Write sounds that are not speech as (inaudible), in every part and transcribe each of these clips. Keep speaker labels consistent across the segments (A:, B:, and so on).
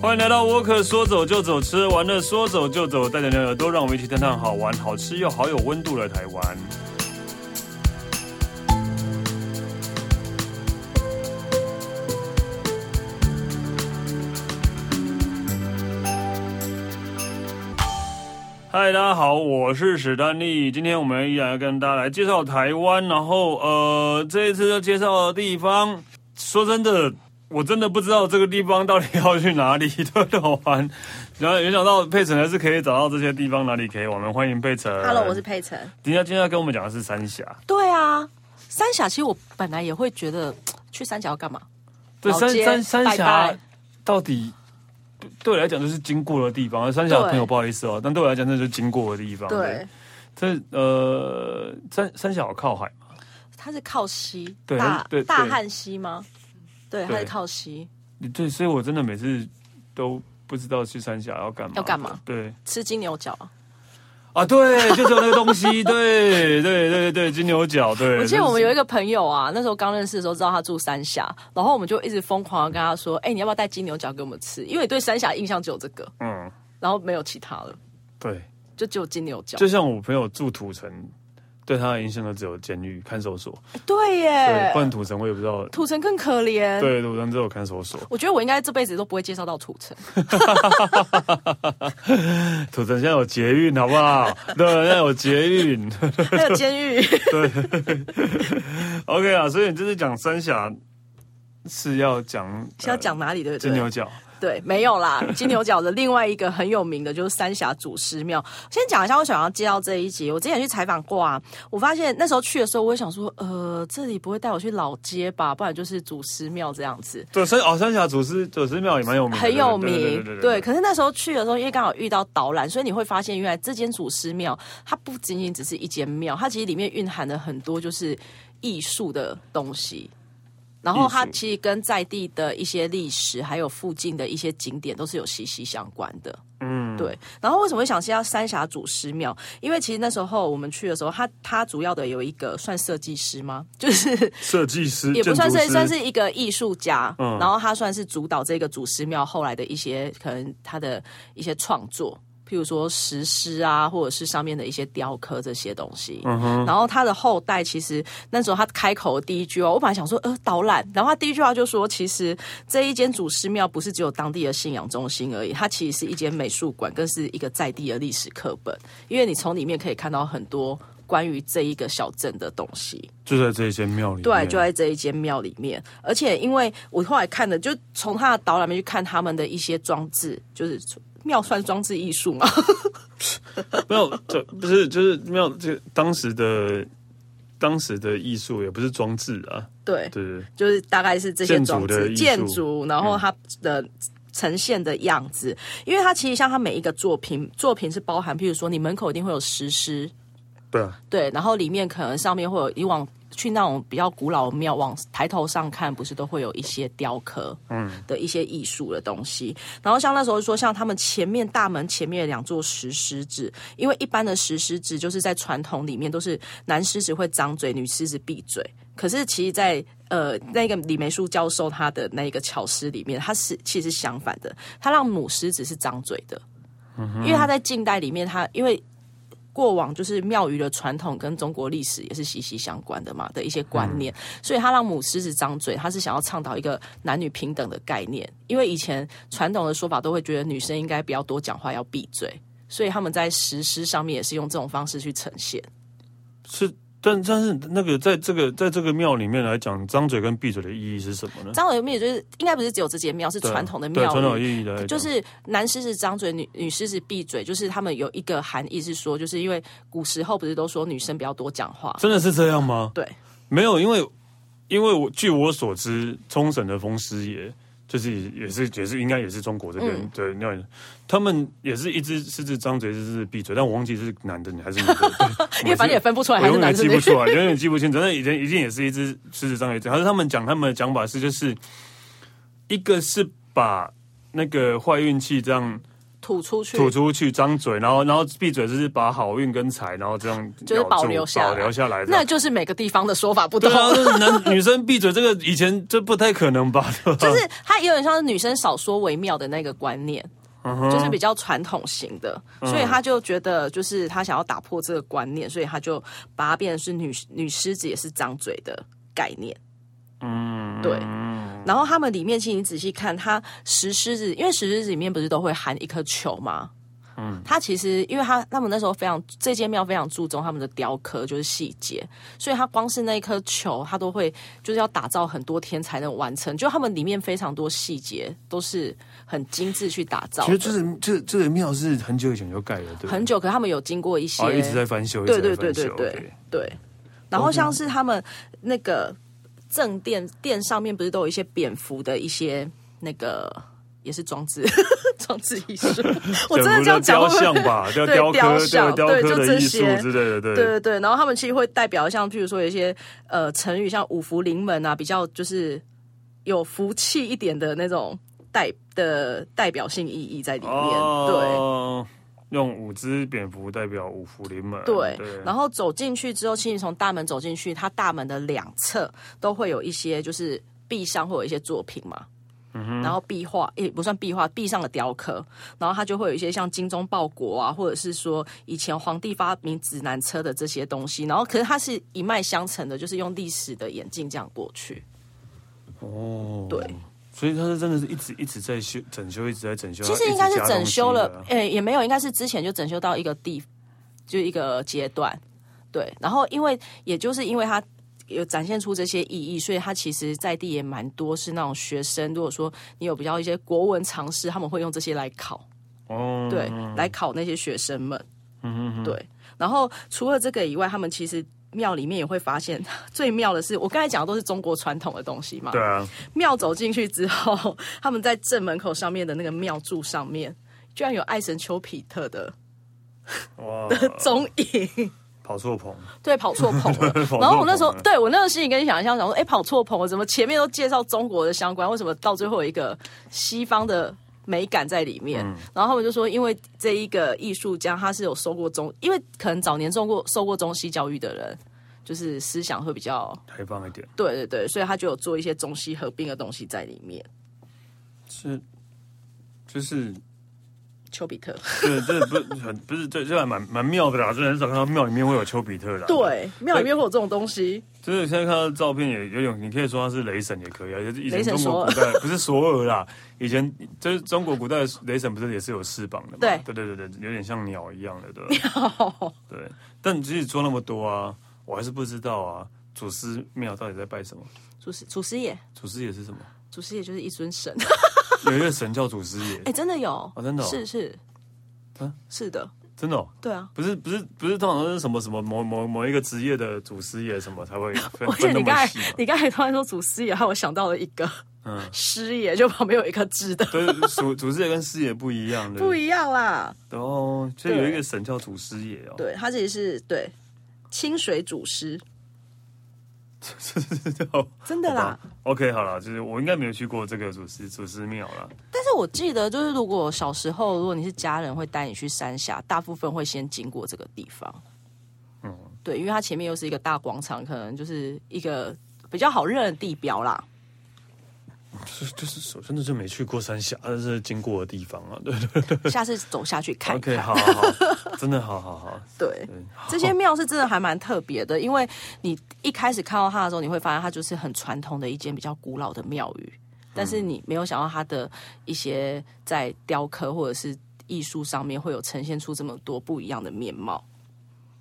A: 欢迎来到沃克，说走就走，吃完了说走就走，带着你的耳朵，让我们一起探探好玩、好吃又好有温度的台湾。嗨，大家好，我是史丹利。今天我们依然要跟大家来介绍台湾，然后呃，这一次要介绍的地方，说真的，我真的不知道这个地方到底要去哪里， (laughs) 对的玩。然后没想到佩晨还是可以找到这些地方哪里可以玩，我们欢迎佩晨。
B: Hello，我是佩晨。
A: 今天今天要跟我们讲的是三峡，
B: 对啊，三峡其实我本来也会觉得去三峡要干嘛？
A: 对
B: 老
A: 三
B: 街
A: 三三
B: 拜
A: 峡
B: 拜
A: 到底对对我来讲就是经过的地方，三峡的
B: 对
A: 朋友不好意思哦，但对我来讲那就是经过的地方。
B: 对，，
A: 这呃三三峡有靠海嘛，
B: 它是靠西，
A: 对
B: 大
A: 对对
B: 大汉溪吗？对，
A: 对
B: 它是靠西，
A: 对，所以我真的每次都不知道去三峡要干嘛，
B: 要干嘛？
A: 对
B: 吃金牛角啊。
A: 啊，对，就只有那个东
B: (laughs)
A: 西，对对对对对，金牛角，对。
B: 我记得我们
A: 就是
B: 有一个朋友啊，那时候刚认识的时候知道他住三峡，然后我们就一直疯狂的跟他说：“哎、你要不要带金牛角给我们吃？因为你对三峡印象只有这个，
A: 嗯，
B: 然后没有其他了，
A: 对，
B: 就只有金牛角。
A: 就像我朋友住土城，对他的印象都只有监狱、看守所，
B: 哎对
A: 对，
B: 耶
A: 不，然土城我也不知道，
B: 土城更可怜。
A: 对，土城只有看守所。
B: 我觉得我应该这辈子都不会介绍到土
A: (laughs)
B: 城。
A: 土城现在有捷运，好不好？对，现在有捷运。
B: 还有监狱，
A: OK 啊，所以你这次讲三峡是要讲呃
B: 是要讲哪里对不对？
A: 金牛角，
B: 对，没有啦。金牛角的另外一个很有名的就是三峡祖师庙。先讲一下，我想要介绍这一集。我之前去采访过啊，我发现那时候去的时候，我也想说，呃，这里不会带我去老街吧？不然就是祖师庙这样子。
A: 对，三哦，三峡祖师祖师庙也蛮有名的，
B: 很有
A: 对对对
B: 名
A: 对，
B: 对。可是那时候去的时候，因为刚好遇到导览，所以你会发现，原来这间祖师庙它不仅仅只是一间庙，它其实里面蕴含了很多就是艺术的东西。然后它
A: 艺术
B: 其实跟在地的一些历史，还有附近的一些景点都是有息息相关的。嗯，对。然后为什么会想先到三峡祖师庙？因为其实那时候我们去的时候，它它主要的有一个算设计师吗？就是
A: 设计师
B: 也不算
A: 建筑
B: 是
A: 师
B: 算是一个艺术家，
A: 嗯
B: 然后他算是主导这个祖师庙后来的一些可能他的一些创作。譬如说石狮啊，或者是上面的一些雕刻这些东西，
A: 嗯
B: 然后他的后代其实那时候他开口的第一句话，我本来想说呃导览，然后他第一句话就说，其实这一间祖师庙不是只有当地的信仰中心而已，它其实是一间美术馆，更是一个在地的历史课本，因为你从里面可以看到很多关于这一个小镇的东西。
A: 就在这一间庙里面，
B: 对，就在这一间庙里面。而且因为我后来看的，就从他的导览里面去看他们的一些装置，就是庙算装置艺术嘛。 (laughs)
A: 没有，这不是就是没有这个当时的当时的艺术也不是装置啊，
B: 对，
A: 对对对
B: 就是大概是这些装置
A: 建筑的艺术嗯
B: 建筑，然后它的。呈现的样子，因为它其实像它每一个作品，作品是包含，譬如说你门口一定会有石狮，
A: 对啊，
B: 对，然后里面可能上面会有以往去那种比较古老的庙，往抬头上看，不是都会有一些雕刻，嗯，的一些艺术的东西。然后像那时候说，像他们前面大门前面有两座石狮子，因为一般的石狮子就是在传统里面都是男狮子会张嘴，女狮子闭嘴。可是其实在，呃那个李梅树教授他的那个巧诗里面，他是其实相反的，他让母狮子是张嘴的。因为他在近代里面他，因为过往就是庙宇的传统跟中国历史也是息息相关的嘛的一些观念，
A: 嗯
B: 所以他让母狮子张嘴，他是想要倡导一个男女平等的概念。因为以前传统的说法都会觉得女生应该不要多讲话，要闭嘴，所以他们在实施上面也是用这种方式去呈现。
A: 是。但但是那个在这个在这个庙里面来讲，张嘴跟闭嘴的意义是什么呢？
B: 张伟庙就是应该不是只有这间庙，是
A: 对啊
B: 传统的
A: 对
B: 庙
A: 传统
B: 宇
A: 意义的来讲，
B: 就是男狮子张嘴，女女狮子闭嘴，就是他们有一个含义是说，就是因为古时候不是都说女生不要多讲话，
A: 真的是这样吗？
B: 对，
A: 没有，因为因为我据我所知，冲绳的风师爷就是也也是也是应该也是中国这边、
B: 嗯
A: 对那他们也是一只狮子张嘴，一只狮子闭嘴，但我忘记是男的还是女
B: (laughs)
A: 的，
B: 因为反正也分不出来
A: 我
B: 还是
A: 永远
B: 男
A: 记
B: 生
A: 不
B: 女。
A: 出来，永远记不清楚。那以前一定也是一只狮子张嘴，还是他们讲他们的讲法是，就是一个是把那个坏运气这样
B: 吐出去，
A: 吐出去，张嘴，然后然后闭嘴，就是把好运跟财，然后这样
B: 就是
A: 咬
B: 保
A: 住
B: 留下来
A: 保留下来。这样
B: 那就是每个地方的说法不同
A: 对。啊，就是男女生闭嘴这个以前这不太可能吧？对吧
B: 就是它有点像是女生少说为妙的那个观念，
A: 嗯
B: 就是比较传统型的，所以他就觉得就是他想要打破这个观念，所以他就把它变成是女女狮子也是张嘴的概念。
A: (laughs) 嗯，
B: 对然后他们里面，其实你仔细看，它石狮子，因为石狮子里面不是都会含一颗球吗？嗯，它其实，因为它他们那时候非常这间庙非常注重他们的雕刻，就是细节，所以它光是那一颗球，它都会就是要打造很多天才能完成。就他们里面非常多细节都是很精致去打造
A: 其
B: 的
A: 实，就是这这个庙是很久以前就盖了，对不对，
B: 很久，可他们有经过一些、
A: 啊一直在翻修，
B: 对
A: 一直在
B: 对对
A: 翻
B: 对
A: 修
B: 对对。然
A: 哦
B: 后
A: 嗯
B: 像是他们那个正殿殿上面不是都有一些蝙蝠的一些那个也是装置 (laughs) 装置
A: (laughs)
B: 艺术，我真的这样讲
A: 雕
B: 会不会
A: 像
B: (laughs)
A: 吧，叫
B: 对
A: 雕
B: 雕
A: 刻，
B: 像
A: 雕
B: 对
A: 刻
B: 就
A: 的
B: 这
A: 艺术
B: 些
A: 之类的，对
B: 对对对，然后他们其实会代表像，譬如说有一些呃成语，像五福临门啊，比较就是有福气一点的那种代的代表性意义在里面。对，
A: 哦，用五只蝙蝠代表五福临门，
B: 对，然
A: 后
B: 后走进去之后，其实你从大门走进去，它大门的两侧都会有一些，就是壁上会有一些作品嘛。然后壁画也不算壁画，壁上的雕刻，然后它就会有一些像精忠报国啊，或者是说以前皇帝发明指南车的这些东西，然后可是它是一脉相承的，就是用历史的眼镜这样过去。
A: 哦，
B: 对，
A: 所以它是真的是一直一直在修整修，一直在整修，
B: 其
A: 它
B: 实
A: 一
B: 应
A: 直
B: 该是
A: 加
B: 整
A: 东西
B: 修了
A: 的，
B: 诶、也没有，应该是之前就整修到一个地，就一个阶段。对，然后因为也就是因为它有展现出这些意义，所以它其实在地也蛮多是那种学生，如果说你有比较一些国文常识，他们会用这些来考，
A: 哦，
B: 对，来考那些学生们。嗯嗯，对。然后除了这个以外，他们其实庙里面也会发现， (laughs) 最妙的是我刚才讲的都是中国传统的东西嘛，
A: 对啊，
B: 庙走进去之后，他们在正门口上面的那个庙柱上面，居然有爱神丘比特的 (laughs)
A: 哇，
B: 踪影。
A: 跑错棚，
B: (laughs) 对，跑错棚
A: 错。
B: 了
A: 棚
B: 然后我那时候
A: 了，
B: 对我那时候心里跟你想象，想说，哎，跑错棚了，怎么前面都介绍中国的相关，为什么到最后有一个西方的美感在里面？然后他们就说，因为这一个艺术家他是有受过中，因为可能早年中过受过中西教育的人，就是思想会比较
A: 开放一点。
B: 对对对，所以他就有做一些中西合并的东西在里面。
A: 是，就是，
B: 丘比特，
A: 对，这不很不是，这这还蛮蛮妙的啦，真的很少看到庙里面会有丘比特的。，
B: 对，庙里面会有这种东西。
A: 就是现在看到照片也有点，你可以说他是雷神也可以啊，就是以前
B: 雷神
A: 中
B: 索
A: 国
B: 尔
A: 古代不是索尔啦，以前就是中国古代的雷神不是也是有翅膀的嘛？
B: 对
A: 对对对对，有点像鸟一样的，对吧。对，但即使说那么多啊，我还是不知道啊，祖师庙到底在拜什么？
B: 祖师祖师爷，
A: 祖师爷是什么？
B: 祖师爷就是一尊
A: (laughs)
B: 神。
A: 有一个神叫祖师爷
B: 哎、，真的有，
A: 哦真的哦
B: 是是，
A: 啊
B: 是的，
A: 真的哦、
B: 对啊。
A: 不是不是不是，通常都是什么什么某某某一个职业的祖师爷什么才会分
B: (laughs) 我记
A: 分
B: 得
A: 那
B: 你刚
A: 么
B: 才
A: 细嘛？
B: 你刚才突然说祖师爷，害我想到了一个，
A: 嗯
B: 师爷，就旁边有一个字的，
A: 对，祖祖师爷跟师爷不一样的，
B: 不一样啦。
A: 然后就有一个神叫祖师爷哦，
B: 对，他这里是对清水祖师，
A: (laughs)
B: 真的啦。
A: OK，好了，就是我应该没有去过这个祖师祖师庙啦。
B: 但是我记得，就是如果小时候，如果你是家人会带你去山下，大部分会先经过这个地方。嗯，对，因为它前面又是一个大广场，可能就是一个比较好认的地标啦。
A: 就是就是，首真的就没去过三峡，但是经过的地方啊。对
B: 下次走下去看一看。
A: (laughs) ，OK，好好好，真的好好好。
B: 对，
A: 对
B: 这些庙是真的还蛮特别的，因为你一开始看到它的时候，你会发现它就是很传统的一间比较古老的庙宇，但是你没有想到它的一些在雕刻或者是艺术上面会有呈现出这么多不一样的面貌。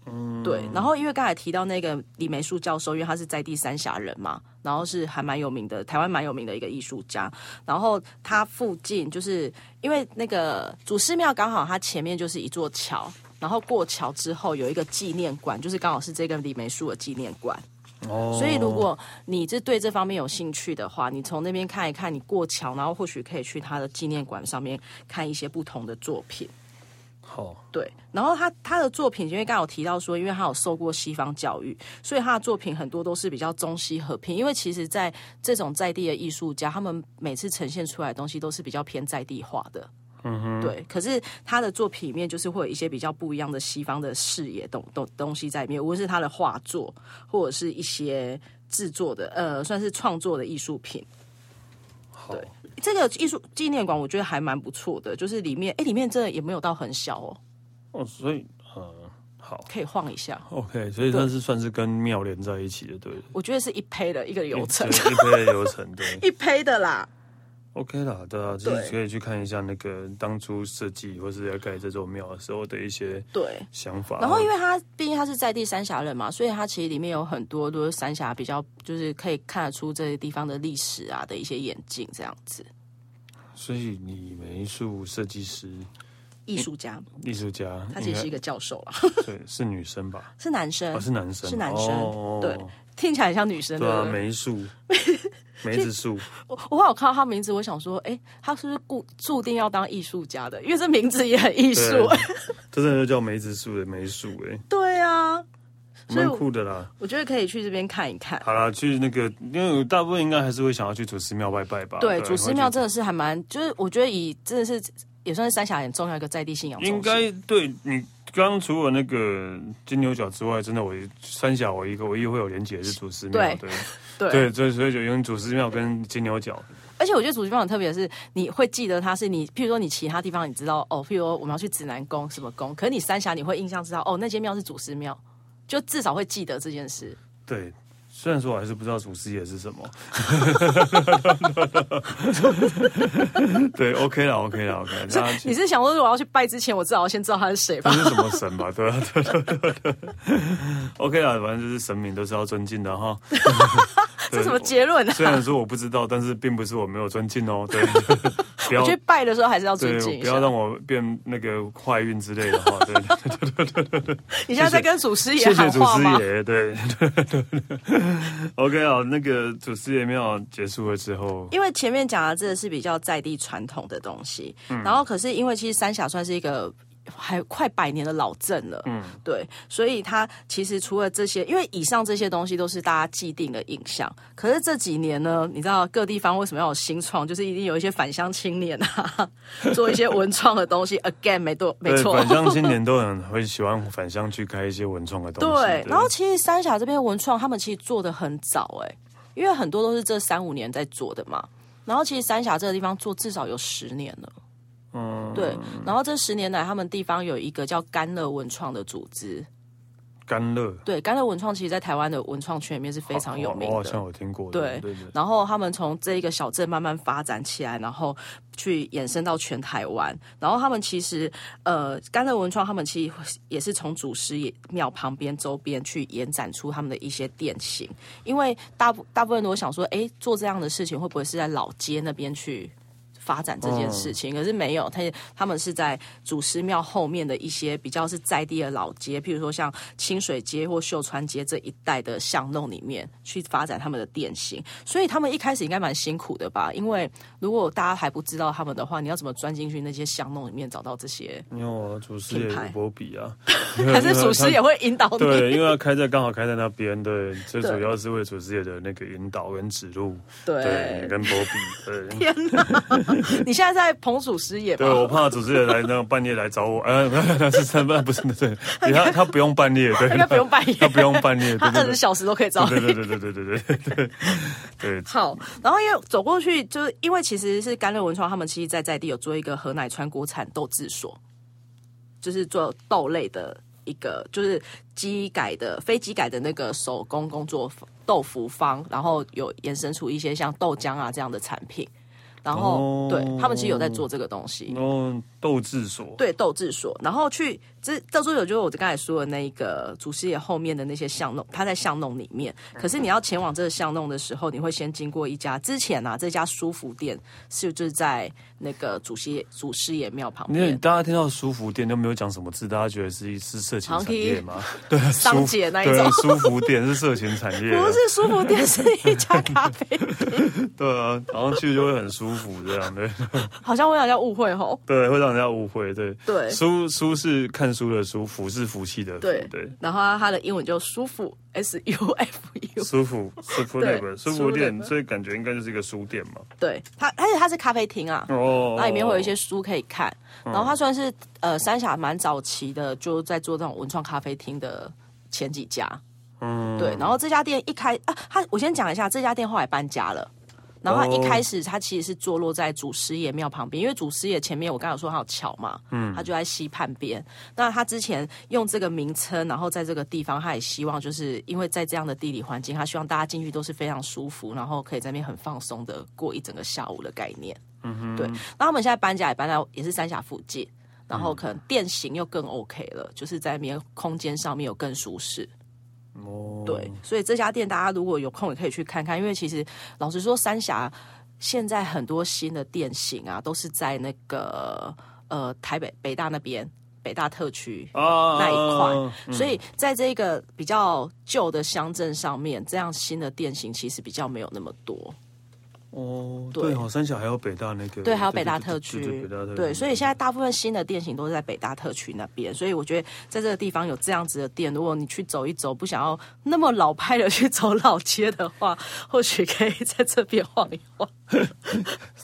B: 嗯，对。然后因为刚才提到那个李梅树教授，因为他是在地三峡人嘛，然后是还蛮有名的，台湾蛮有名的一个艺术家。然后他附近就是因为那个祖师庙刚好它前面就是一座桥，然后过桥之后有一个纪念馆，就是刚好是这个李梅树的纪念馆。
A: 哦
B: 所以如果你是对这方面有兴趣的话，你从那边看一看，你过桥，然后或许可以去他的纪念馆上面看一些不同的作品。
A: 好，
B: 对，然后他他的作品，因为刚刚有提到说，因为他有受过西方教育，所以他的作品很多都是比较中西合并。因为其实，在这种在地的艺术家，他们每次呈现出来的东西都是比较偏在地化的，嗯哼，对。可是他的作品里面就是会有一些比较不一样的西方的视野东东东西在里面，无论是他的画作或者是一些制作的呃，算是创作的艺术品。
A: 好，
B: 这个艺术纪念馆我觉得还蛮不错的，就是里面哎，里面真的也没有到很小哦，
A: 哦，所以呃，好
B: 可以晃一下。
A: ，OK，所以它是算是跟庙连在一起的，对了，
B: 我觉得是一胚的一个流程，
A: 对一 (laughs) 配流程，对
B: (laughs) 一胚的啦。
A: ，OK 啦，对啊，就是
B: 对
A: 可以去看一下那个当初设计或是要盖这座庙的时候的一些
B: 对，
A: 想法，啊
B: 然后因为他毕竟他是在地三峡人嘛，所以他其实里面有很多都是三峡比较，就是可以看得出这些地方的历史啊的一些演进这样子。
A: 所以你美术设计师、
B: 艺术家，
A: 艺术家，
B: 他其实是一
A: 个
B: 个教授啦，
A: 对，是女生
B: (laughs)
A: 吧？
B: 是男生，
A: 哦，是男生，
B: 是男生
A: 哦
B: 对听起来很像女生
A: 对啊，
B: 不
A: 梅
B: (laughs)
A: 树，梅子树，
B: 我我后来有看到他名字，我想说，哎，他是不是固注定要当艺术家的？因为这名字也很艺术。
A: 对，这真的就叫梅子树的梅树，哎，
B: (laughs) 对啊，所以
A: 蛮
B: 我
A: 酷的啦。
B: 我觉得可以去这边看一看。
A: 好啦，去那个，因为我大部分应该还是会想要去祖师庙拜拜吧。
B: 对，祖师庙真
A: 会
B: 的是还蛮，就是我觉得以真的是也算是三峡很重要一个在地信仰
A: 去应
B: 中心
A: 该对你刚除了那个金牛角之外，真的我三峡我一个唯一会有连结的是祖师庙，
B: 对
A: 对
B: 对
A: 对，所以所以就用祖师庙跟金牛角，
B: 而且我觉得主题方很特别的是，你会记得它是你，譬如说你其他地方你知道哦，譬如说我们要去指南宫什么宫，可是你三峡你会印象知道哦，那间庙是祖师庙，就至少会记得这件事。
A: 对。虽然说我还是不知道祖师爷是什么， (laughs) 对，OK 啦，OK 啦，OK 啦。大家去
B: 你是想说，我要去拜之前，我至少要先知道他是谁吧
A: 不？是什么神吧？对啊，对啊对啊对啊 OK 啦，反正就是神明都是要尊敬的哈。
B: (laughs) 这什么结论啊？
A: 虽然说我不知道，但是并不是我没有尊敬哦。对， (laughs) 不
B: 我
A: 要
B: 去拜的时候还是要尊敬
A: 对，
B: 一
A: 不
B: 下
A: 要。让我变那个坏运之类的哈。
B: (laughs)
A: 对，
B: 你现在在跟祖师爷
A: 谢谢
B: 喊
A: 祖
B: 话
A: 师
B: 吗？
A: 爷。对 (laughs) ，OK 啊，那个祖师爷庙结束了之后，
B: 因为前面讲的这个是比较在地传统的东西，
A: 嗯
B: 然后可是因为其实三峡算是一个。还快百年的老镇了，嗯，对，所以它其实除了这些，因为以上这些东西都是大家既定的印象。可是这几年呢，你知道各地方为什么要有新创，就是一定有一些返乡青年啊， (laughs) 做一些文创的东西。Again，没对，没
A: 对
B: 错，
A: 返乡青年都很会喜欢返乡去开一些文创的东西。
B: 对，然后其实三峡这边文创他们其实做的很早哎、因为很多都是这三五年在做的嘛。然后其实三峡这个地方做至少有十年了，
A: 嗯，
B: 对。然后这十年来，他们地方有一个叫甘乐文创的组织，
A: 甘乐
B: 对，甘乐文创其实在台湾的文创圈里面是非常有名
A: 我好
B: 的。
A: 像有听过。
B: 对
A: 对对。
B: 然后他们从这一个小镇慢慢发展起来，然后去延伸到全台湾。然后他们其实呃，甘乐文创他们其实也是从祖师爷庙旁边周边去延展出他们的一些店型，因为大部大部分人我想说，哎，做这样的事情会不会是在老街那边去？发展这件事情，可是没有，他他们是在祖师庙后面的一些比较是在地的老街，譬如说像清水街或秀川街这一带的巷弄里面去发展他们的店型，所以他们一开始应该蛮辛苦的吧？因为如果大家还不知道他们的话，你要怎么钻进去那些巷弄里面找到这些？
A: 因为我祖师
B: 品
A: 爷
B: 牌
A: 波比啊，
B: (laughs) 还是祖师也会引导你？
A: (laughs) 对，因为他开在刚好开在那边，对，最
B: 对
A: 主要是为祖师爷的那个引导跟指路，
B: 对
A: 对，跟波比，对，
B: 天哪！你现在在捧祖师爷
A: 对我
B: 吗？
A: 怕祖师爷来那个半夜来找我，呃， (laughs) 那是三半不是那
B: (laughs)
A: 对，他他不用半夜，对，
B: 应该不用半夜
A: 他不用半夜，
B: (laughs) 他
A: 对
B: 二十
A: 对
B: 小时都可以找你。
A: 对对对对对对对
B: (laughs)
A: 对对对，
B: 好，然后因为走过去，就是因为其实是甘乐文创，他们其实在在地有做一个河奶川国产豆制所，就是做豆类的一个，就是机改的、非机改的那个手工工作坊豆腐坊，然后有延伸出一些像豆浆啊这样的产品。然后，
A: 哦
B: 对他们其实有在做这个东西。
A: 然后斗智所，
B: 对斗智所，然后去这斗智所就是我刚才说的那一个祖师爷后面的那些巷弄，他在巷弄里面。可是你要前往这个巷弄的时候，你会先经过一家之前啊，这家舒服店是就是在那个祖师爷祖师爷庙旁
A: 因为
B: 边，
A: 大家听到舒服店都没有讲什么字，大家觉得是一是色情产业吗？
B: (laughs)
A: 对，
B: 商
A: 舒
B: 界那一
A: 对
B: 种
A: 舒服店是
B: (laughs)
A: 色情产业，啊
B: 不是舒服店，是一家咖啡。 (laughs)
A: 对啊，然后去就会很舒服这样的，
B: 好像会让人家误会吼。
A: 对，会让人家误会。对，
B: 对
A: 书书是看书的书，服是服气的服，
B: 对
A: 对，
B: 然后它的英文就舒服，S U F U。
A: 舒服舒服
B: 对
A: lab 舒服店，
B: Superlab
A: 所以感觉应该就是一个书店嘛。
B: 对它，而且它是咖啡厅啊，
A: 哦，嗯
B: 那里面会有一些书可以看。然后它算是呃三峡蛮早期的，就在做这种文创咖啡厅的前几家。
A: 嗯，
B: 对，然后这家店一开啊，它我先讲一下，这家店后来搬家了。然后它
A: 哦
B: 一开始它其实是坐落在祖师爷庙旁边，因为祖师爷前面我刚才有说它有桥嘛，嗯，它就在溪畔边。那它之前用这个名称，然后在这个地方，它也希望就是因为在这样的地理环境，它希望大家进去都是非常舒服，然后可以在那边很放松的过一整个下午的概念。嗯哼，对。那他们现在搬家也搬到也是三峡附近，然后可能店型又更 OK 了，就是在那边空间上面有更舒适。
A: 哦，
B: 对，所以这家店大家如果有空也可以去看看，因为其实老实说，三峡现在很多新的店型啊，都是在那个呃台北北大那边北大特区。
A: 啊
B: 那一块，所以在这个比较旧的乡镇上面，这样新的店型其实比较没有那么多。
A: 哦，
B: 对
A: 对，好，三峡还有北大那个，
B: 对，还有北大
A: 对
B: 特
A: 对对
B: 区
A: 对北大特，区，
B: 对，所以现在大部分新的店型都是在北大特区那边，所以我觉得在这个地方有这样子的店，如果你去走一走，不想要那么老派的去走老街的话，或许可以在这边晃一晃。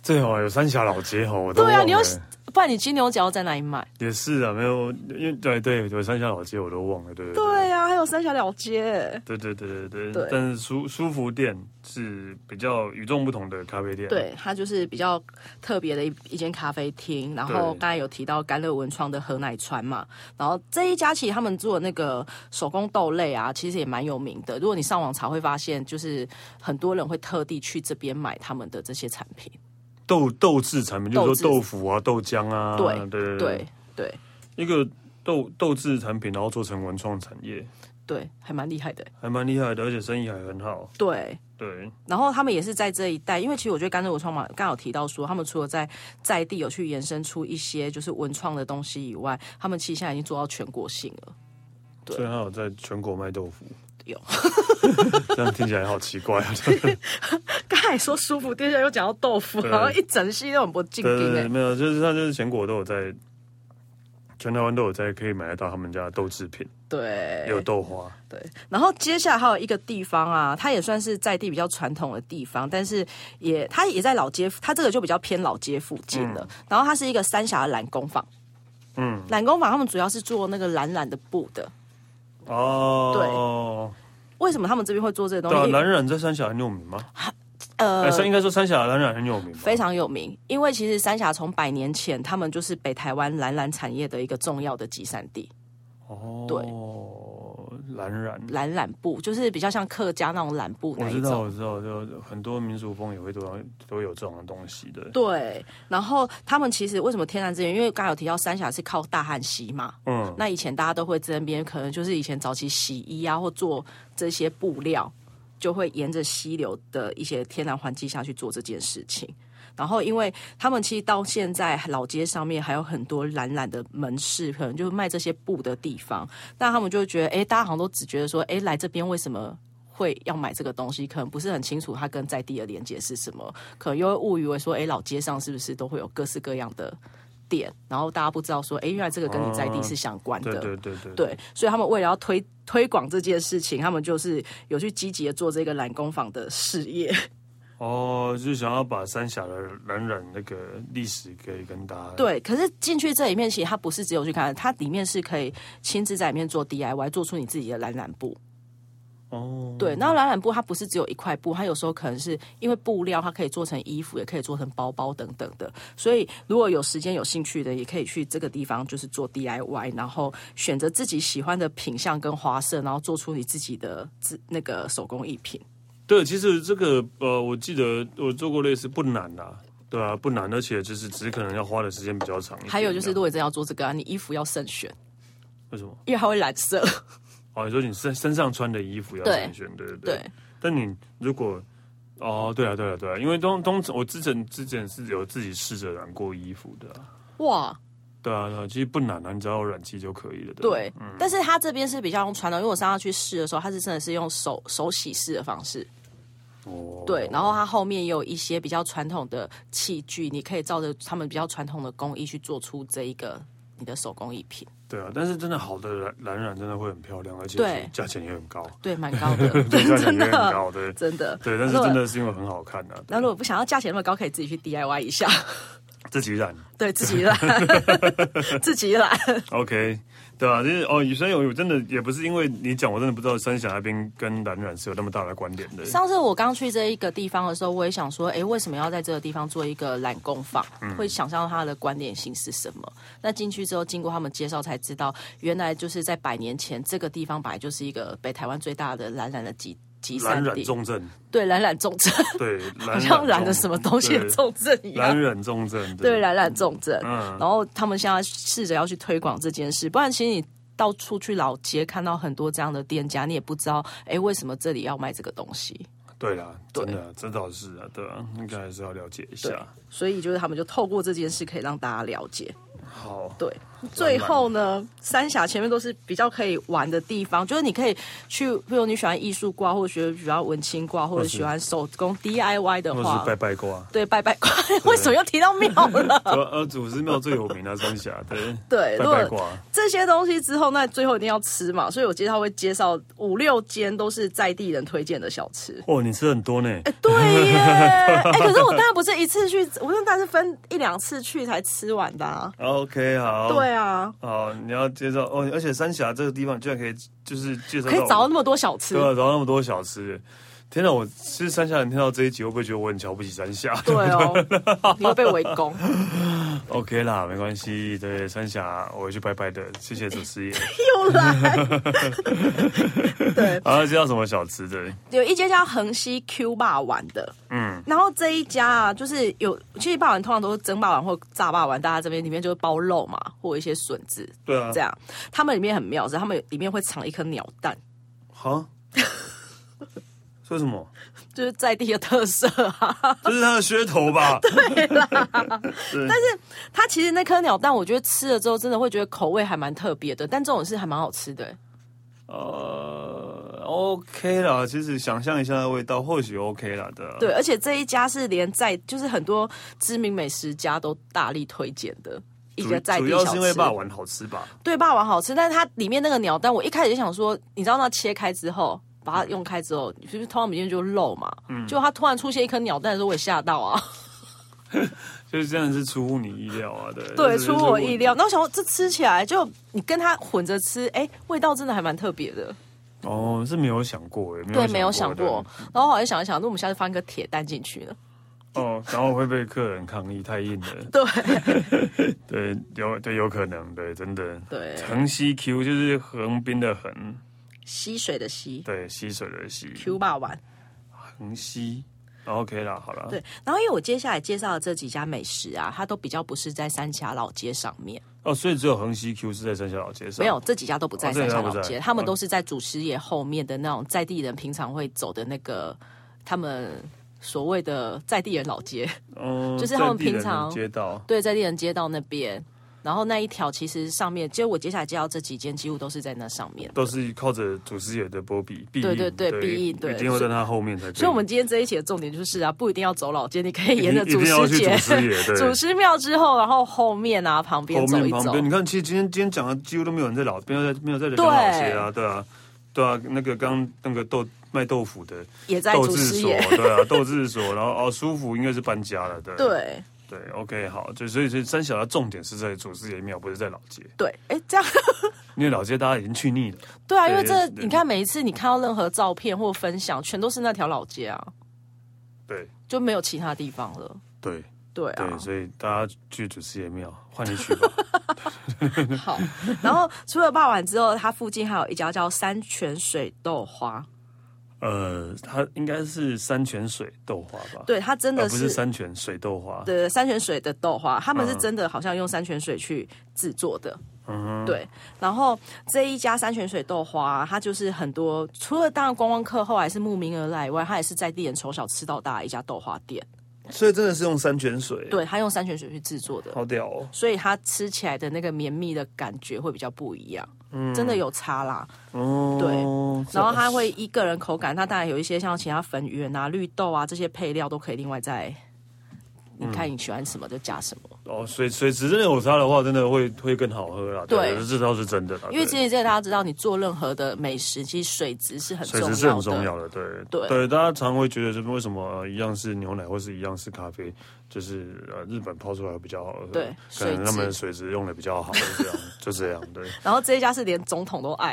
A: 最好有三峡老街哦，我都
B: 对啊，
A: 忘
B: 你要
A: 了
B: 不然你金牛角要在哪里买？
A: 也是啊，没有，因为对对，有三峡老街我都忘了，对对
B: 对啊，还有三峡老街。
A: 对对对对对
B: 对
A: 但是舒舒服店是比较与众不同的咖啡店，，
B: 对，它就是比较特别的一一间咖啡厅。然后
A: 对
B: 刚才有提到甘乐文创的河奶川嘛，然后这一家其实他们做的那个手工豆类啊，其实也蛮有名的。如果你上网查，会发现就是很多人会特地去这边买他们的这些产品。
A: 豆豆制产品，就是
B: 豆制
A: 说豆腐啊、豆浆啊，
B: 对
A: 对
B: 对对
A: 一个豆豆制产品，然后做成文创产业，
B: 对，还蛮厉害的。
A: 还蛮厉害的，而且生意还很好。
B: 对，
A: 对，
B: 然后他们也是在这一带，因为其实我觉得甘蔗文创嘛，刚好提到说，他们除了在在地有去延伸出一些就是文创的东西以外，他们其实现在已经做到全国性了。对
A: 所以他有在全国卖豆腐。
B: 有，
A: (laughs) 这样听起来好奇怪
B: (laughs)
A: 啊！
B: 刚才说舒服，店下又讲到豆腐，
A: 对
B: 然后一整系都很不进
A: 对对
B: 京
A: 对，
B: 哎。
A: 没有，就是他就是全国都有在，全台湾都有在可以买得到他们家的豆制品，也有
B: 欸对
A: 豆花。
B: 对，然后接下来还有一个地方啊，它也算是在地比较传统的地方，但是也它也在老街，它这个就比较偏老街附近了。然后它是一个三峡的蓝工坊，
A: 嗯，
B: 蓝工坊他们主要是做那个蓝蓝的布的。
A: 哦，
B: 为什么他们这边会做这个东
A: 对啊，
B: 西？
A: 蓝染在三峡很有名吗？
B: 呃
A: 哎，三应该说三峡蓝染很有名吧。
B: 非常有名，因为其实三峡从百年前，他们就是北台湾蓝蓝产业的一个重要的集散地。
A: 哦，对，蓝染，
B: 蓝染布就是比较像客家那种染布
A: 我
B: 那
A: 知
B: 一
A: 道，
B: 种。
A: 我知道，就很多民族风也会都要都有这种东西的。
B: 对，然后他们其实为什么天然资源？因为刚才有提到三峡是靠大汉溪嘛，
A: 嗯，
B: 那以前大家都会在哎那边，可能就是以前早期洗衣啊，或做这些布料，就会沿着溪流的一些天然环境下去做这件事情。然后，因为他们其实到现在老街上面还有很多懒懒的门市，可能就是卖这些布的地方，那他们就会觉得，哎，大家好像都只觉得说，哎，来这边为什么？会要买这个东西，可能不是很清楚它跟在地的连接是什么，可能又会误以为说，哎，老街上是不是都会有各式各样的店？然后大家不知道说，哎，原来这个跟你在地是相关的。
A: 对对对对
B: 对，所以他们为了要推推广这件事情，他们就是有去积极的做这个懒工坊的事业。
A: 哦，就是想要把三峡的蓝染那个历史给跟大家
B: (laughs) 对，可是进去这里面，其实它不是只有去看，它里面是可以亲自在里面做 DIY，做出你自己的懒懒布。
A: 哦，
B: 对，然后懒懒布它不是只有一块布，它有时候可能是因为布料，它可以做成衣服，也可以做成包包等等的。所以如果有时间有兴趣的，也可以去这个地方就是做 DIY，然后选择自己喜欢的品相跟花色，然后做出你自己的自那个手工艺品。
A: 对，其实这个呃，我记得我做过类似不难啦、对啊，不难，而且就是只是可能要花的时间比较长一点啊
B: 还有就
A: 这
B: 是，如
A: 样
B: 果你真要做这个啊，你衣服要慎选，
A: 为什么？
B: 因为它会染色。
A: 哦，你说你身身上穿的衣服要
B: 对
A: 慎选，对对对。
B: (laughs) 对
A: 但你如果哦，对啊，对啊，对啊，因为通通我之前之前是有自己试着染过衣服的啊、
B: 哇，
A: 对啊，对啊，其实不难啊，你只要有染剂就可以了。吧
B: 对，但是它这边是比较用传统，因为我上次去试的时候，它是真的是用手手洗式的方式，
A: 哦，
B: 对，然后它后面也有一些比较传统的器具，你可以照着他们比较传统的工艺去做出这一个你的手工艺品，
A: 对啊，但是真的好的蓝蓝染真的会很漂亮，而且
B: 对
A: 价钱也很
B: (laughs)
A: 高，
B: 对，蛮高的，
A: (laughs) 对，价钱
B: 真
A: 也很
B: 的，
A: 高，对。
B: 真的。
A: 对，但是
B: 那如果
A: 真的是因为很好看啊，
B: 那如果不想要价钱那么高，可以自己去 DIY 一下， (laughs)
A: 自己染
B: 对自
A: (laughs)
B: 己来，自己来。
A: ，OK，对啊，就是哦，所以我真的也不是因为你讲，我真的不知道三峡那边跟蓝染是有那么大的关联的，
B: 上次我刚去这一个地方的时候，我也想说，诶，为什么要在这个地方做一个懒工坊？
A: 嗯
B: 会想象它的关联性是什么？那进去之后，经过他们介绍才知道，原来就是在百年前，这个地方本来就是一个北台湾最大的蓝染的集集
A: 蓝
B: 散
A: 染
B: 地，
A: 重症，
B: 对，蓝染重 (laughs) 症，
A: 对，
B: 好
A: 蓝
B: 像染
A: 重
B: 了什么东西的
A: 对
B: 重症一样
A: 蓝。染重症，
B: 对，蓝染重症。
A: 嗯
B: 然后他们现在试着要去推广这件事，不然其实你到处去老街看到很多这样的店家，你也不知道，诶，为什么这里要卖这个东西？
A: 对啦，
B: 对
A: 真的，这倒是啊，对啊，应该还是要了解一
B: 对
A: 下。，
B: 所以就是他们就透过这件事可以让大家了解。
A: 好，
B: 对，最后呢，三峡前面都是比较可以玩的地方，就是你可以去，比如你喜欢艺术挂，或者喜欢喜欢文青挂，或者
A: 是
B: 喜欢手工 DIY 的
A: 或
B: 话
A: 是，拜拜过啊，
B: 对，拜拜挂。为什么又提到庙
A: (laughs)
B: 了？
A: 呃呃，祖师庙最有名的啊三峡，对
B: 对
A: 拜
B: 如果
A: 拜过啊，
B: 这些东西之后，那最后一定要吃嘛，所以我介绍会介绍五六间都是在地人推荐的小
A: (laughs)
B: 吃。
A: 哦，你吃很多呢，
B: 对
A: (laughs)
B: 耶，哎、可是我当然不是一次去，我当然是分一两次去才吃完的、啊。
A: OK，好，
B: 对，啊，
A: 好，你要介绍哦，而且三峡这个地方居然可以就是介绍到，
B: 可以找到那么多小吃
A: 对。啊，找到那么多小吃。天哪！我其实三峡人听到这一集，会不会觉得我很瞧不起三峡
B: 对哦，你会被围攻。
A: (laughs) ？OK 啦，没关系。对三峡，我会去拜拜的。谢谢祖师爷。
B: 又来，对，
A: 好，啊介绍什么小吃的？
B: 有一间叫横溪 Q 霸丸的，
A: 嗯，
B: 然后这一家啊，就是有，其实霸丸通常都是蒸霸丸或炸霸丸，大家这边里面就是包肉嘛，或一些笋子
A: 对啊
B: 这，样。他们里面很妙是，他们里面会藏一颗鸟蛋，
A: 好， (laughs) 说什么？
B: 就是在地的特色啊。
A: 这是它的噱头
B: (laughs)
A: 吧？
B: 它其实那颗鸟蛋，我觉得吃了之后真的会觉得口味还蛮特别的，但这种是还蛮好吃的、
A: 呃，OK 啦，其实想象一下的味道，或许 OK 啦啊的。
B: 对，而且这一家是连在就是很多知名美食家都大力推荐的一
A: 主，
B: 个在
A: 主
B: 地
A: 要
B: 小
A: 是
B: 吃。
A: 因为霸王好吃吧？
B: 对霸王好吃，但是它里面那个鸟蛋，我一开始就想说，你知道那切开之后，把它用开之后，你是不是通常里面就肉嘛？嗯，就它突然出现一颗鸟蛋的时候，我也吓到啊！
A: 就是真的是出乎你意料啊，对，
B: 对，
A: 就是
B: 出我意。料。那我想说，这吃起来就你跟它混着吃，哎，味道真的还蛮特别的。
A: 哦，是没有想过诶，
B: 对，没有想过
A: 对。
B: 然后我好像想一想，那我们下次放一个铁蛋进去呢？
A: 哦，然后会被客人抗议太硬
B: (laughs)
A: 了，
B: 对
A: 对，有对有可能，对，真的。
B: 对，
A: (laughs) 横溪 Q 就是横滨的横，
B: 吸水的吸
A: 对，溪水的溪，
B: ，Q 霸丸。
A: 横溪。OK 啦，好啦，
B: 对，然后因为我接下来介绍的这几家美食啊，它都比较不是在三峡老街上面，
A: 哦，所以只有横溪 Q 是在三峡老街上，
B: 没有这几家都不在
A: 哦这几
B: 三
A: 家
B: 峡
A: 不
B: 老
A: 在
B: 街，他们
A: 哦
B: 都是在祖师爷后面的那种在地人平常会走的那个他们所谓的在地人老街， (laughs)
A: 嗯，
B: 就是他们
A: 在地人
B: 平常
A: 街道，
B: 对，在地人街道那边。然后那一条其实上面，就我接下来介绍这几间，几乎都是在那上面。
A: 都是靠着祖师爷的波比必应，
B: 对对对必应对
A: 一定会在他后面才可以。
B: 所以，我们今天这一期的重点就是啊，不一定要走老街，你可以沿着
A: 一定
B: 祖
A: 一定要
B: 师
A: 去祖
B: 节
A: 师爷、对
B: 祖师庙之后，然后后面啊旁边
A: 后
B: 走
A: 面
B: 一
A: 旁
B: 走。
A: 边，你看，其实今天今天讲的几乎都没有人在老，没有在没有在讲老街啊，对啊，对啊，那个刚那个豆卖豆腐的
B: 也在
A: 豆
B: 祖
A: 制
B: 师
A: 所
B: 爷，。
A: 对啊，豆制所，然后哦，舒服应该是搬家了，对
B: 对
A: 对，OK，好，就所以所以三峡的重点是在祖师爷庙，不是在老街，
B: 对，哎，这样
A: 因为老街大家已经去腻了。
B: 对啊，因为
A: 对
B: 这
A: 对
B: 你看每一次你看到任何照片或分享，全都是那条老街啊，
A: 对
B: 就没有其他地方了。
A: 对
B: 对啊
A: 对，，所以大家去祖师爷庙换一去吧。
B: (laughs) 好。然后除了霸碗之后，它附近还有一家叫山泉水豆花，
A: 呃，它应该是山泉水豆花吧？，
B: 对，它真
A: 而
B: 的
A: 哦不
B: 是,、
A: 是山泉水豆花。
B: 对山泉水的豆花，他们是
A: 嗯
B: 真的好像用山泉水去制作的。
A: 嗯哼，
B: 对，然后这一家山泉水豆花、它就是很多除了当然观光客后来是慕名而来以外，它也是在地人从小吃到大的一家豆花店。
A: 所以真的是用山泉水，，
B: 对，它用山泉水去制作的，
A: 好屌哦。
B: 所以它吃起来的那个绵密的感觉会比较不一样。
A: 嗯
B: 真的有差啦。
A: 哦，
B: 然后它会依个人口感，它当然有一些像其他粉圆啊、绿豆啊这些配料都可以另外再，你看你喜欢什么就加什么。
A: 哦，水水质真的有差的话，真的会会更好喝啦。
B: 对
A: 这倒是真的啦。
B: 因为
A: 对
B: 其实这个大家知道，你做任何的美食，其实水质是很重
A: 水
B: 要的。
A: 质是很重要的，对
B: 对
A: 大家常会觉得这为什么、呃、一样是牛奶或是一样是咖啡，就是呃日本泡出来会比较好喝，
B: 对
A: 可能他们的
B: 水质
A: 水质用的比较好，这
B: (laughs)
A: 样就这样，对。
B: 然后这一家是连总统
A: (laughs)
B: 都爱，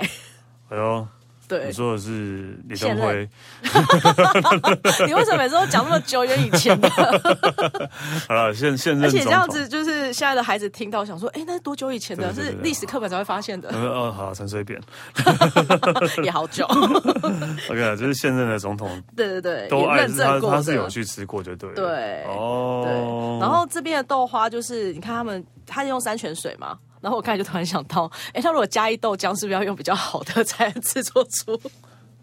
A: 哎呦，
B: 对
A: 你。说的是李
B: 现
A: 登
B: 任
A: 辉，
B: 你为什么每次都讲那么久远以前
A: (laughs)
B: 的？
A: 好了，现现
B: 而
A: 任
B: 且
A: 总
B: 这样
A: 统。
B: 子，就是现在的孩子听到想说，哎，那是多久以前的？
A: 对对对
B: 是
A: 对
B: 历史课本才会发现的，
A: 嗯哦，好，陈水扁
B: (laughs) 也好
A: (laughs)
B: 久。
A: ，OK，啊就是现任的总统
B: 对对对，
A: 都
B: 也
A: 爱
B: 认
A: 是
B: 证
A: 他，
B: 过
A: 他
B: 的。
A: 是有去吃过，就对了。
B: 对对
A: 哦，，
B: 然后这边的豆花就是，你看他们，他是用山泉水嘛。然后我刚才就突然想到，哎，他如果加一豆浆，是不是要用比较好的才能 (laughs) 制作出，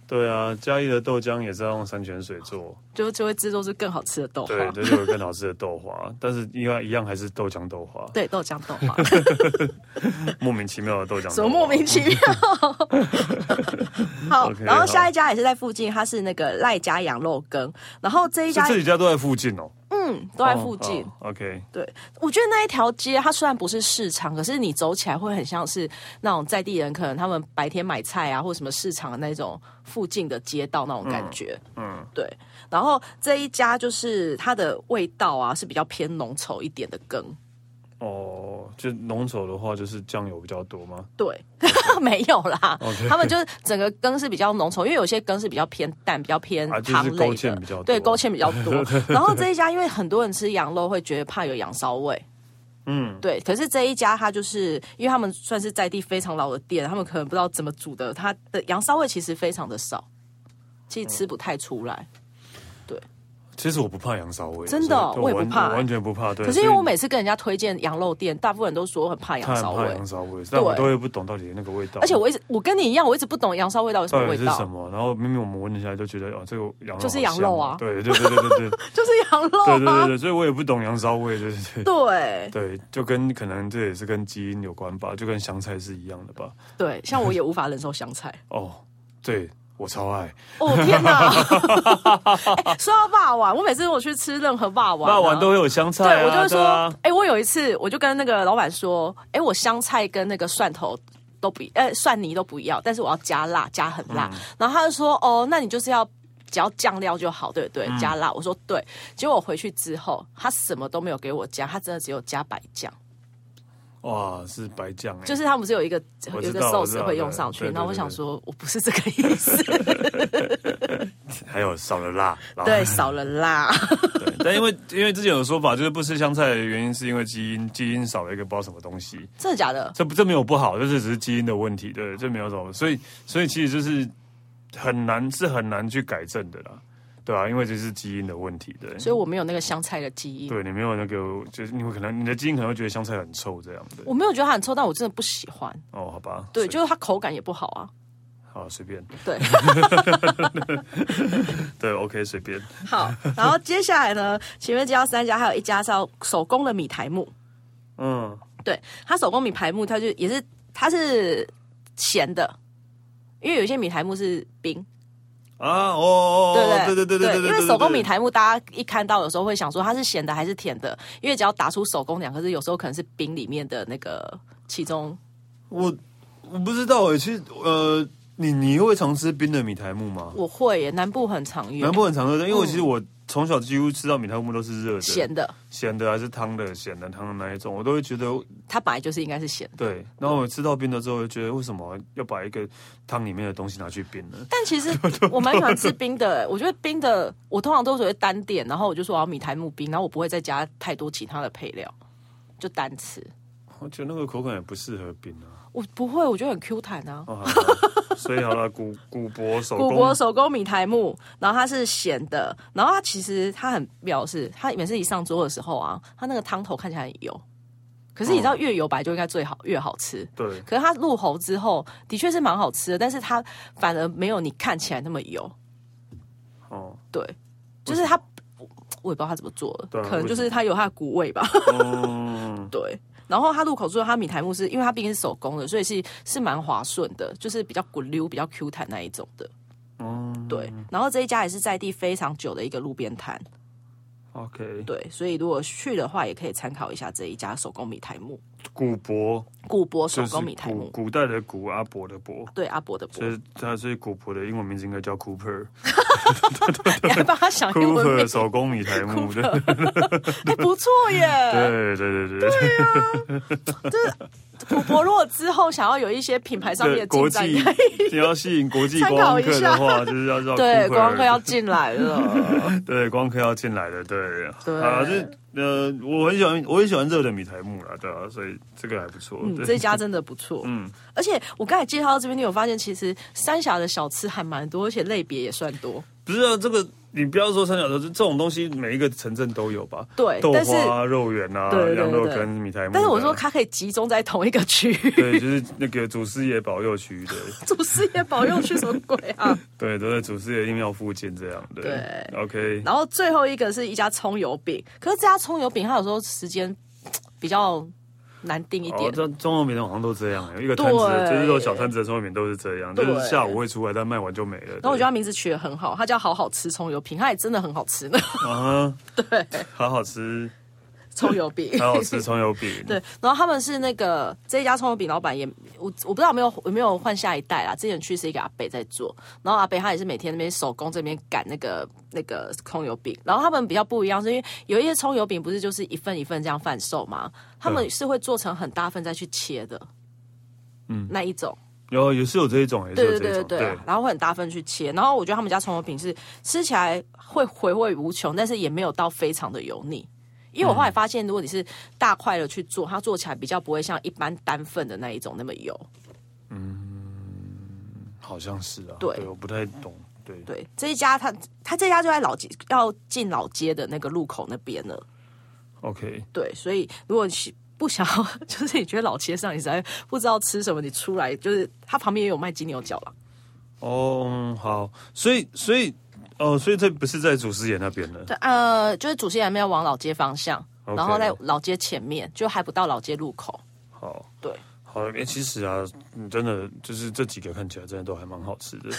A: 对啊，嘉义的豆浆也是要用山泉水做，
B: 就就会制作出更好吃的豆花？
A: 对，这就有更好吃的豆花，但是应该一样还是豆浆豆花，
B: 对，豆浆豆
A: (laughs)
B: 花，
A: 莫名其妙的豆浆豆花，
B: 什么莫名其
A: (laughs)
B: 妙？好
A: OK，
B: 然后下一家也是在附近，它是那个赖家羊肉羹，然后这一
A: 是
B: 家
A: 自己家都在附近哦，
B: 都在附近。
A: 哦哦 OK，
B: 对，我觉得那一条街，它虽然不是市场，可是你走起来会很像是那种在地人，可能他们白天买菜啊，或什么市场的那种附近的街道那种感觉。嗯，对。然后这一家就是它的味道啊，是比较偏浓稠一点的羹。
A: 哦，就浓稠的话，就是酱油比较多吗？
B: 对， (laughs) 没有啦
A: OK
B: 他们就是整个羹是比较浓稠，因为有些羹是比较偏淡、比较偏
A: 啊就是
B: 汤类
A: 勾
B: 的，
A: 芡比较多
B: 对，勾芡比较
A: (laughs)
B: 多。然后这一家，因为很多人吃羊肉会觉得怕有羊骚味。嗯，对，可是这一家它就是，因为他们算是在地非常老的店，他们可能不知道怎么煮的，它的羊骚味其实非常的少，其实吃不太出来。
A: 嗯其实我不怕羊骚味，啊
B: 真的哦
A: 所以
B: 我也不
A: 完
B: 怕
A: 我完全不怕。对，
B: 可是因为
A: 所以
B: 我每次跟人家推荐羊肉店，大部分人都说很怕羊
A: 他很
B: 骚
A: 怕
B: 味
A: 羊，骚味，但我
B: 对
A: 都会不懂到底那个味道，
B: 而且我一直我跟你一样，我一直不懂羊骚味道有什
A: 到
B: 么
A: 底
B: 味
A: 是
B: 道，
A: 什么？然后明明我们闻一下就觉得哦，这个羊肉
B: 就是
A: 好
B: 羊肉
A: 香哦
B: 啊
A: 对对对对对对
B: 就是羊肉啊。
A: 对对对对，所以我也不懂羊骚味，对对对。
B: 对
A: 对，就跟可能这也是跟基因有关吧，就跟香菜是一样的吧。
B: 对，像我也无法忍受
A: (laughs)
B: 香菜。
A: 哦，对我超爱，
B: 哦天哪！哎说到霸王，我每次我去吃任何霸王、
A: 那碗都。会有香
B: 啊对
A: 菜、啊，
B: 我就会说，哎、
A: 啊
B: 我有一次我就跟那个老板说，哎、我香菜跟那个蒜头都不一，呃，蒜泥都不要，但是我要加辣，加很辣。
A: 嗯
B: 然后他就说，哦，那你就是要只要酱料就好，对不
A: 嗯
B: 对？加辣。我说对。结果我回去之后，他什么都没有给我加，他真的只有加白酱。
A: 哇，是白酱、欸，
B: 就是他们不是有一个
A: 我
B: 有
A: 知
B: 一个
A: 道我
B: 寿
A: 知
B: 司
A: 道
B: 会
A: 对
B: 用上去，
A: 对对
B: 然后我
A: 对
B: 想
A: 对
B: 说，我不是这个意思， (laughs)
A: 还有少了辣，然后
B: 对，少了辣。
A: 对但因为因为之前有说法，就是不吃香菜的原因是因为基因基因少了一个不知道什么东西，
B: 真的假的？
A: 这不这没有不好，就是只是基因的问题，对，这没有什么，所以所以其实就是很难是很难去改正的啦，对啊，因为这是基因的问题，对。
B: 所以我没有那个香菜的记忆。
A: 对你没有那个，就是你会可能你的基因可能会觉得香菜很臭这样的
B: 我没有觉得它很臭，但我真的不喜欢。
A: 哦，好吧，
B: 对，
A: 随
B: 就是它口感也不好啊。
A: 好随便，
B: 对，
A: (laughs) 对，OK 随便，
B: (laughs) 好。然后接下来呢，前面介绍三家，还有一家是要手工的米苔木。
A: 嗯，
B: 对，它手工米苔木，它就也是它是咸的，因为有一些米苔木是冰，
A: 啊哦，
B: 对不
A: 对对对对对，
B: 因为手工
A: 对
B: 米苔木，大家一看到有时候会想说它是咸的还是甜的，因为只要打出手工两个字，有时候可能是冰里面的那个其中
A: 我我不知道诶，其实呃，你你会常吃冰的米苔木吗？
B: 我会耶，南部很常用
A: 南部很常喝的，因为我其实我从小几乎吃到米苔木都是热的、
B: 咸的，
A: 咸的还是汤的、咸的汤的那一种，我都会觉得
B: 它本来就是应该是咸的。
A: 对。然后我吃到冰的之后，就觉得为什么要把一个汤里面的东西拿去冰呢？
B: 但其实
A: (laughs)
B: 我蛮喜欢吃冰的、欸我觉得冰的我通常都只会单点，然后我就说我要米苔木冰，然后我不会再加太多其他的配料，就单吃。
A: 我觉得那个口感也不适合冰
B: (laughs)
A: 啊。
B: 我不会，我觉得很 Q 弹啊。
A: 哦，好吧所以好了，古古柏手
B: 古
A: 工，
B: 柏手工米苔木，然后它是咸的，然后它其实它很妙是，它每次一上桌的时候啊，它那个汤头看起来很油，可是你知
A: 嗯
B: 道越油白就应该最好越好吃。
A: 对
B: 可是它入喉之后，的确是蛮好吃的，但是它反而没有你看起来那么油。 (laughs)
A: 哦
B: 对，就是它，我我也不知道它怎么做的，
A: 对啊
B: 可能就是它有它的骨味吧。
A: 哦，
B: (laughs) 对，然后它入口处的哈米苔木是因为它毕竟是手工的，所以是是蛮滑顺的，就是比较滚溜、比较 Q 弹那一种的。
A: 嗯
B: 对，然后这一家也是在地非常久的一个路边摊，
A: ，OK，
B: 对，所以如果去的话，也可以参考一下这一家手工米苔木，
A: 古柏
B: 顾博手
A: 就是
B: 工米苔
A: 古
B: 木，
A: 古代的古阿伯的伯。
B: 对阿伯的伯
A: 所，以它所以古柏的英文名字应该叫 Cooper，
B: (laughs) 你还帮他想 (laughs) 英文
A: Cooper
B: 名，
A: 手工米苔木，对
B: 哎，不错
A: (laughs)
B: 耶。
A: 对对对对，
B: 古博如果之后想要有一些品 (laughs) 牌上面
A: 对
B: 的进
A: 国
B: 展，
A: 际
B: 可以
A: 你 (laughs) 要吸引国际
B: 参
A: 观
B: 考
A: 光
B: 一
A: 客
B: 下
A: 的话，就是要绕
B: (laughs) 对
A: Cooper
B: 观光客要进来了。
A: (laughs) 对，光客要进来的，对，
B: 对
A: 啊，这呃，我很喜欢，我很喜欢热的米苔木啦，对啊，所以这个还不错，
B: 嗯，这
A: 对，
B: 家真的不错。
A: 嗯
B: 嗯，而且我刚才介绍到这边，你有发现其实三峡的小吃还蛮多，而且类别也算多。
A: 不是啊，这个你不要说三角洲，这这种东西每一个城镇都有吧，
B: 对
A: 豆
B: 但是
A: 花啊、肉圆啊
B: 对对、对
A: 羊肉
B: 对
A: 跟米苔木，
B: 但是我说。它可以集中在同一个区 (laughs)
A: (laughs)
B: 域，
A: 对，就是那个祖师爷保佑区，对，
B: 祖师爷保佑区什么鬼
A: (laughs)
B: 啊？
A: 对，都在祖师爷庙附近这样，对
B: 对
A: o k
B: 然后最后一个是一家葱油饼，可是这家葱油饼它有时候时间比较难定一
A: 哦，
B: 点。
A: 这中药饼好像都这样，一个摊子
B: 对
A: 就是说小摊子的中药饼都是这样，就
B: 对
A: 是下午会出来，但卖完就没了。
B: 然后我觉得
A: 得
B: 它名字取得很好，它叫“好好吃葱油饼”，它也真的很好吃呢。 (laughs)
A: 啊，对，好好吃，
B: 葱油饼，
A: 好好吃葱油饼，
B: (laughs) 对，然后他们是那个这一家葱油饼老板也我我不知道有没有有没有换下一代啦。之前去是一个阿北在做，然后阿北他也是每天那边手工这边擀那个那个葱油饼。然后他们比较不一样，是因为有一些葱油饼不是就是一份一份这样贩售嘛，他们
A: 嗯
B: 是会做成很大份再去切的，嗯，那一种。
A: 有也是有这一种，也是
B: 对
A: 有这
B: 对对
A: 一
B: 对
A: 种，
B: 对啊，然后会很大份去切，然后我觉得他们家葱油饼是吃起来会回味无穷，但是也没有到非常的油腻。因为我后来发现，如果你是大块的去做，它做起来比较不会像一般单份的那一种那么油。
A: 好像是啊，
B: 对
A: 我不太懂，对，
B: 对，这一家它它这家就在老街要进老街的那个路口那边了。
A: OK，
B: 对，所以如果你喜不想要，就是你觉得老街上你实在不知道吃什么，你出来就是它旁边也有卖鸡牛角了。
A: 哦、嗯好，所以所以哦，所以这不是在祖师爷那边的，
B: 对，呃，就是主持人没有往老街方向，
A: OK
B: 然后在老街前面，就还不到老街路口。
A: 好。
B: 对，
A: 好，诶其实啊，嗯真的就是这几个看起来真的都还蛮好吃的。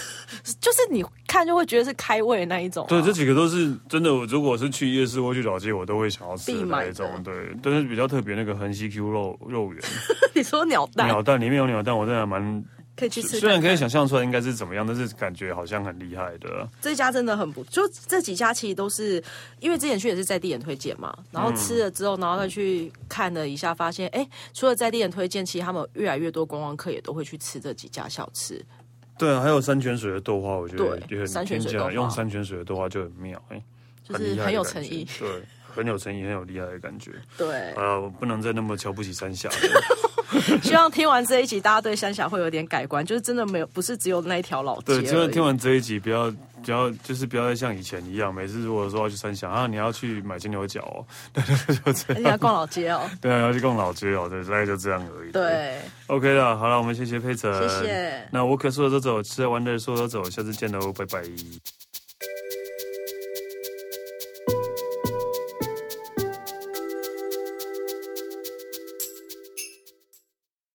B: 就是你看就会觉得是开胃的那一种、啊。
A: 对，这几个都是真的。我如果是去夜市或去老街，我都会想要吃的
B: 必
A: 那
B: 买
A: 一种
B: 的。
A: 对，但是比较特别那个横溪 Q 肉肉
B: (laughs)
A: 圆，
B: (laughs) 你说鸟蛋
A: 鸟蛋里面有鸟蛋，我真的还蛮
B: 可以去吃，
A: 虽然可以想象出来应该是怎么样，但是感觉好像很厉害的。
B: 这家真的很不，就这几家其实都是因为之前去也是在地人推荐嘛，然后吃了之后，然后再去看了一下，发现哎、诶除了在地人推荐，其实他们越来越多观光客也都会去吃这几家小吃。
A: 对啊，还有山泉水的豆花，我觉得
B: 对
A: 也很
B: 山
A: 听
B: 泉水
A: 起
B: 豆
A: 来
B: 花
A: 用山泉水的豆花就很妙，哎、
B: 就是
A: 厉害的
B: 很有
A: 感觉
B: 诚意
A: 对，很有诚意，很有厉害的
B: (laughs)
A: 感觉。
B: 对，
A: 啊，我不能再那么瞧不起三峡了。
B: (laughs) 希望听完这一集，大家对三峡会有点改观，就是真的没有，不是只有那一条老街
A: 对，
B: 而已。
A: 真的听完这一集，不要不要，就是不要再像以前一样，每次如果说要去三峡啊，你要去买金牛角哦， (laughs)
B: 而 (laughs) 且还逛老街哦。
A: 对啊，要去逛老街哦，对，大概就这样而已。
B: 对，
A: ，OK 了，好了，我们谢谢佩晨，
B: 谢谢
A: 那我可说走就走，吃完玩的说走就走，下次见喽，拜拜。